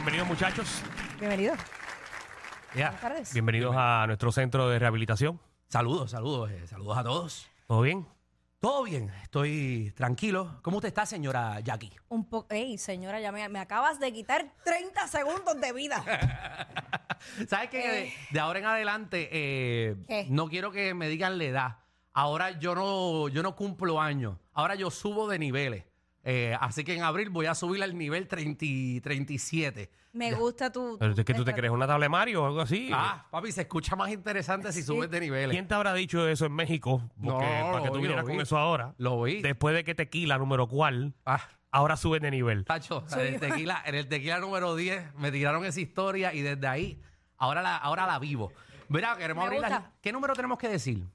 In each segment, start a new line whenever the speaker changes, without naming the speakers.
bienvenidos muchachos.
Bienvenido.
Ya.
Buenas tardes.
Bienvenidos a nuestro centro de rehabilitación.
Saludos, saludos, eh, saludos a todos.
¿Todo bien?
Todo bien, estoy tranquilo. ¿Cómo usted está, señora Jackie?
Un poco. Ey, señora, ya me, me acabas de quitar 30 segundos de vida.
¿Sabes qué? De, de ahora en adelante, eh,
¿Qué?
no quiero que me digan la edad. Ahora yo no, yo no cumplo años. Ahora yo subo de niveles. Eh, así que en abril voy a subir al nivel 30 y 37.
Me gusta tu.
Pero es que tú te crees una tabla de Mario o algo así.
Ah, papi, se escucha más interesante si subes de niveles.
¿Quién te habrá dicho eso en México? Porque
No,
para que
lo
tú
vi,
vinieras
lo
con
vi.
eso ahora.
Lo vi.
Después de que tequila, número cual,
Ah.
ahora subes de nivel.
Tacho, en el, tequila, en el tequila número 10 me tiraron esa historia y desde ahí, ahora la, ahora la vivo. Mira, queremos
Me
abrir las-
gusta.
¿Qué número tenemos que decir?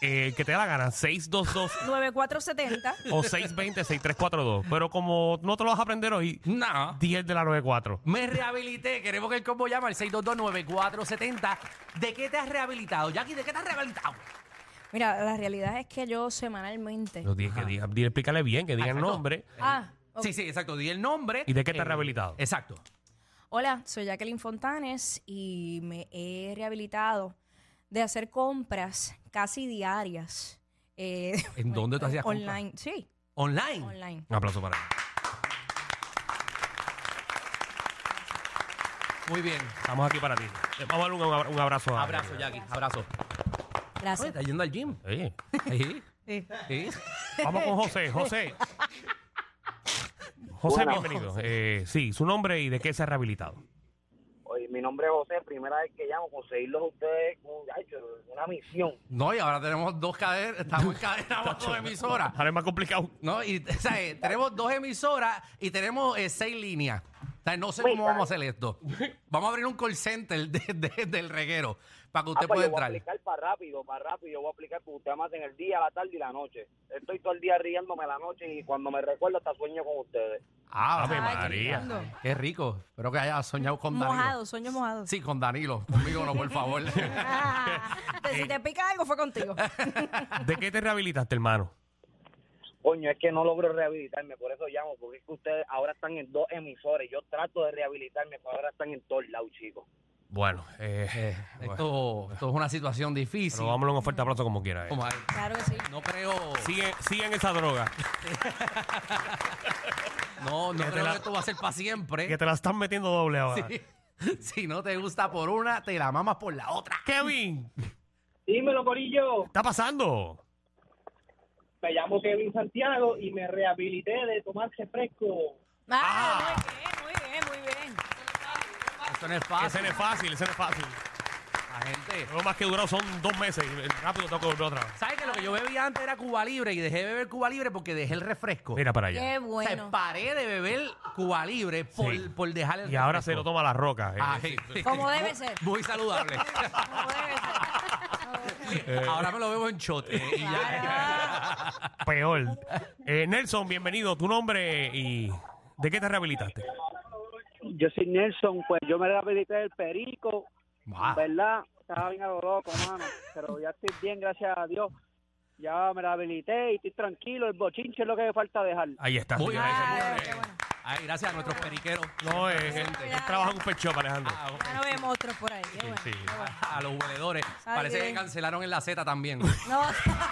Eh, que te da la gana, 622
9470.
o 620-6342. Pero como no te lo vas a aprender hoy,
No.
10 de la 94.
Me rehabilité. Queremos que el combo llame al 6229470. ¿De qué te has rehabilitado? Jackie, ¿de qué te has rehabilitado?
Mira, la realidad es que yo semanalmente.
Los 10 que digan, di- explícale bien, que digan
exacto. Eh,
nombre.
Ah, ok.
Sí, sí, exacto. Di el nombre.
¿Y de qué te has rehabilitado?
Exacto.
Hola, soy Jacqueline Fontanes y me he rehabilitado de hacer compras casi diarias. eh,
¿En dónde tú hacías compras? Mm.
Online, sí,
Online.
online.
Un aplauso para él.
Muy bien.
Estamos aquí para ti. Eh, Vamos a darle un, abra- un abrazo a
Abrazo, Jackie. Abrazo. Oye,
Gracias.
¿Estás yendo al gym?
Oye,
Sí.
Sí.
sí.
Vamos con José, José. José,
Buenas.
bienvenido. Eh, sí, su nombre y de qué se ha rehabilitado.
Oye, mi nombre es José, primera vez que llamo, conseguirlos a ustedes con una misión.
No, y ahora tenemos dos cadenas. Estamos en cadena bajo de emisora.
Ahora es más complicado.
No, y o sea, eh, tenemos dos emisoras y tenemos eh, seis líneas. O sea, no sé cómo vamos a hacer esto. Vamos a abrir un call center de- de- del reguero para que usted pueda
Ah, pues yo voy a
entrar.
aplicar para rápido, para rápido, yo voy a aplicar porque ustedes me hacen el día, la tarde y la noche. Estoy todo el día riéndome la noche y cuando me recuerdo hasta sueño con ustedes.
Ah,
Ave
vamos.
María.
lindo.
Qué rico. Espero que haya soñado con Danilo.
Mojados, sueños mojados.
Sí, con Danilo. Conmigo no, por favor.
Ah, te- si te pica algo fue contigo.
¿De qué te rehabilitaste, hermano?
Coño, es que no logro rehabilitarme, por eso llamo, porque es que ustedes ahora están en dos emisores. Yo trato de rehabilitarme, pero ahora están en todos lados, chicos.
Bueno, eh,
Eh, esto, esto es una situación difícil.
pero vámonos en oferta plazo como quiera. eh.
Como, ay,
Claro que sí.
No creo.
Sigue, sigue en esa droga.
No,
te
no creo
la-
que esto va a ser para siempre.
Que te la están metiendo doble ahora.
Si no te gusta por una, te la mamas por la otra.
Kevin, ¿qué
Dímelo, Corillo.
está pasando?
Me llamo Kevin Santiago y me rehabilité de tomarse fresco.
Ah, muy bien, muy bien, muy bien.
Esto no es
Ese
fácil.
no es fácil, ese no es fácil.
La gente.
Lo más que duró son dos meses. y Rápido tengo que volver otra vez.
¿Sabes que lo que yo bebía antes era Cuba Libre y dejé de beber Cuba Libre porque dejé el refresco?
Mira para allá.
Qué
O sea,
bueno.
paré de beber Cuba Libre por,
Sí.
por dejar el
Y ahora se lo
refresco.
toma la roca. eh.
Ay, Ah, sí.
Como debe ser.
Muy saludable.
Como debe ser.
ahora me lo bebo en shot. eh, y ya.
Peor. Eh, Nelson, bienvenido. Tu nombre y de qué te rehabilitaste.
Yo soy Nelson, pues yo me rehabilité del perico,
Ah.
Wow.
¿verdad? Estaba bien a lo loco, mano, pero ya estoy bien, gracias a Dios. Ya me rehabilité y estoy tranquilo, el bochinche es lo que me falta dejar.
Ahí está.
Muy bien.
señores.
Ah,
muy
qué
bien.
bueno.
Ay, gracias a nuestros periqueros.
No, es, es-
Presente.
él trabaja en un pet shop, Alejandro.
Ah, ok.
Ya no vemos otros por ahí. Qué bueno,
sí.
qué bueno.
A los hueledores.
Ay,
Parece que
bien.
cancelaron en la Z
No,
también.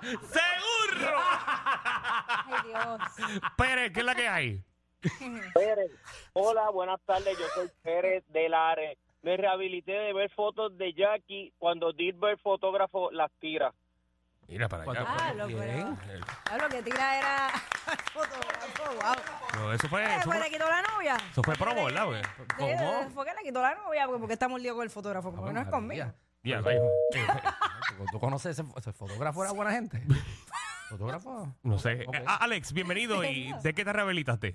pues. ¡Seguro!
ay Dios.
Pérez, ¿qué es la que hay?
Pérez. Hola, buenas tardes. Yo soy Pérez de Lares. Me rehabilité de ver fotos de Jackie cuando Dilbert fotógrafo las tira.
Mira para
Cuatro
allá.
Ah, lo
Bien.
pero- ah, lo que tira era fotógrafo, wow.
No, eso fue,
Eh,
eso fue,
pues le quitó la novia.
eso fue promo, ¿verdad? güey?
Sí, eh,
¿Cómo? Ah,
Fue que le quitó la novia porque, porque estamos lío con el fotógrafo, porque no es conmigo.
Ya, ahí. Eh,
¿Tú, Ah, tú conoces ese, ese fotógrafo? ¿Era buena gente? ¿Fotógrafo?
No sé.
Ok.
Eh, ah, Alex, bienvenido. ¿Y de qué te rehabilitaste?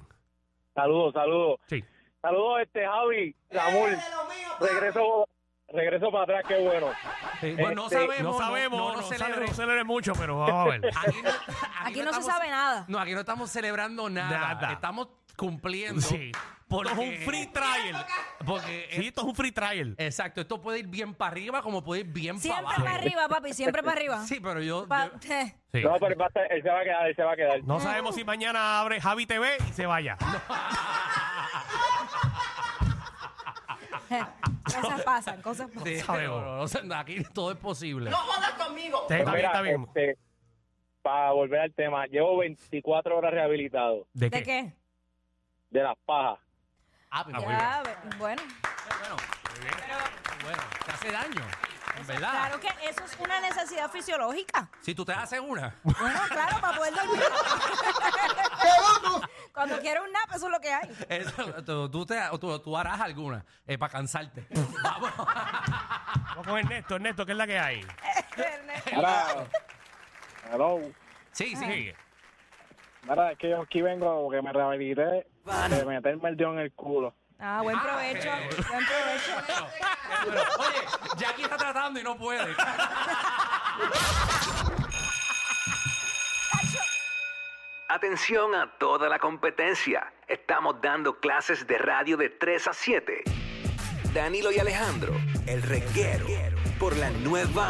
Saludos, saludos.
Sí.
Saludos, este Javi, Ramón. Regreso, Regreso para atrás, qué bueno.
Eh, bueno, no
Este,
sabemos.
No sabemos, no,
no
no celebre.
celebre.
no celebre mucho, pero vamos a ver.
Aquí no,
Aquí no se
estamos-
sabe nada.
No, aquí no estamos celebrando nada.
Nada.
Estamos cumpliendo.
Sí.
Porque-
Esto es un free trial.
Porque,
Sí, esto es un free trial. Eh,
exacto, esto puede ir bien para arriba como puede ir bien
Siempre
para abajo.
para arriba, papi, siempre para arriba.
Sí, pero yo,
Pa- eh,
yo-
Sí.
No, pero él, va a estar- él se va a quedar, él se va a quedar.
No sabemos si mañana abre Javi TV y se vaya.
cosas pasan, cosas pasan.
Sí,
sabemos.
pero no sé, aquí todo es posible.
Sí, está bien,
Mira,
está bien.
este, para volver al tema, llevo 24 horas rehabilitado
¿De
¿De
qué?
qué?
de las pajas.
Ah, pero
Ya, ve- bueno,
bueno, bueno, te hace daño, en ¿verdad?
claro que eso es una necesidad fisiológica.
Si tú te haces una.
Bueno, claro, para poder dormir. Cuando quiero un nap, eso es lo que hay.
Eso, tú, tú te, tú, tú harás alguna eh, para cansarte. Vamos.
Vamos con Ernesto, Ernesto, ¿qué es la que hay?
Ahora, hello.
Sí, sí.
Sigue.
Mira, es que yo aquí vengo porque me rehabilité de meterme el dedo en el culo.
Ah, buen provecho, buen provecho.
Bueno, bueno, oye, Jackie está tratando y no puede.
Atención a toda la competencia. Estamos dando clases de radio de 3 a 7. Danilo y Alejandro, el reguero, por la nueva...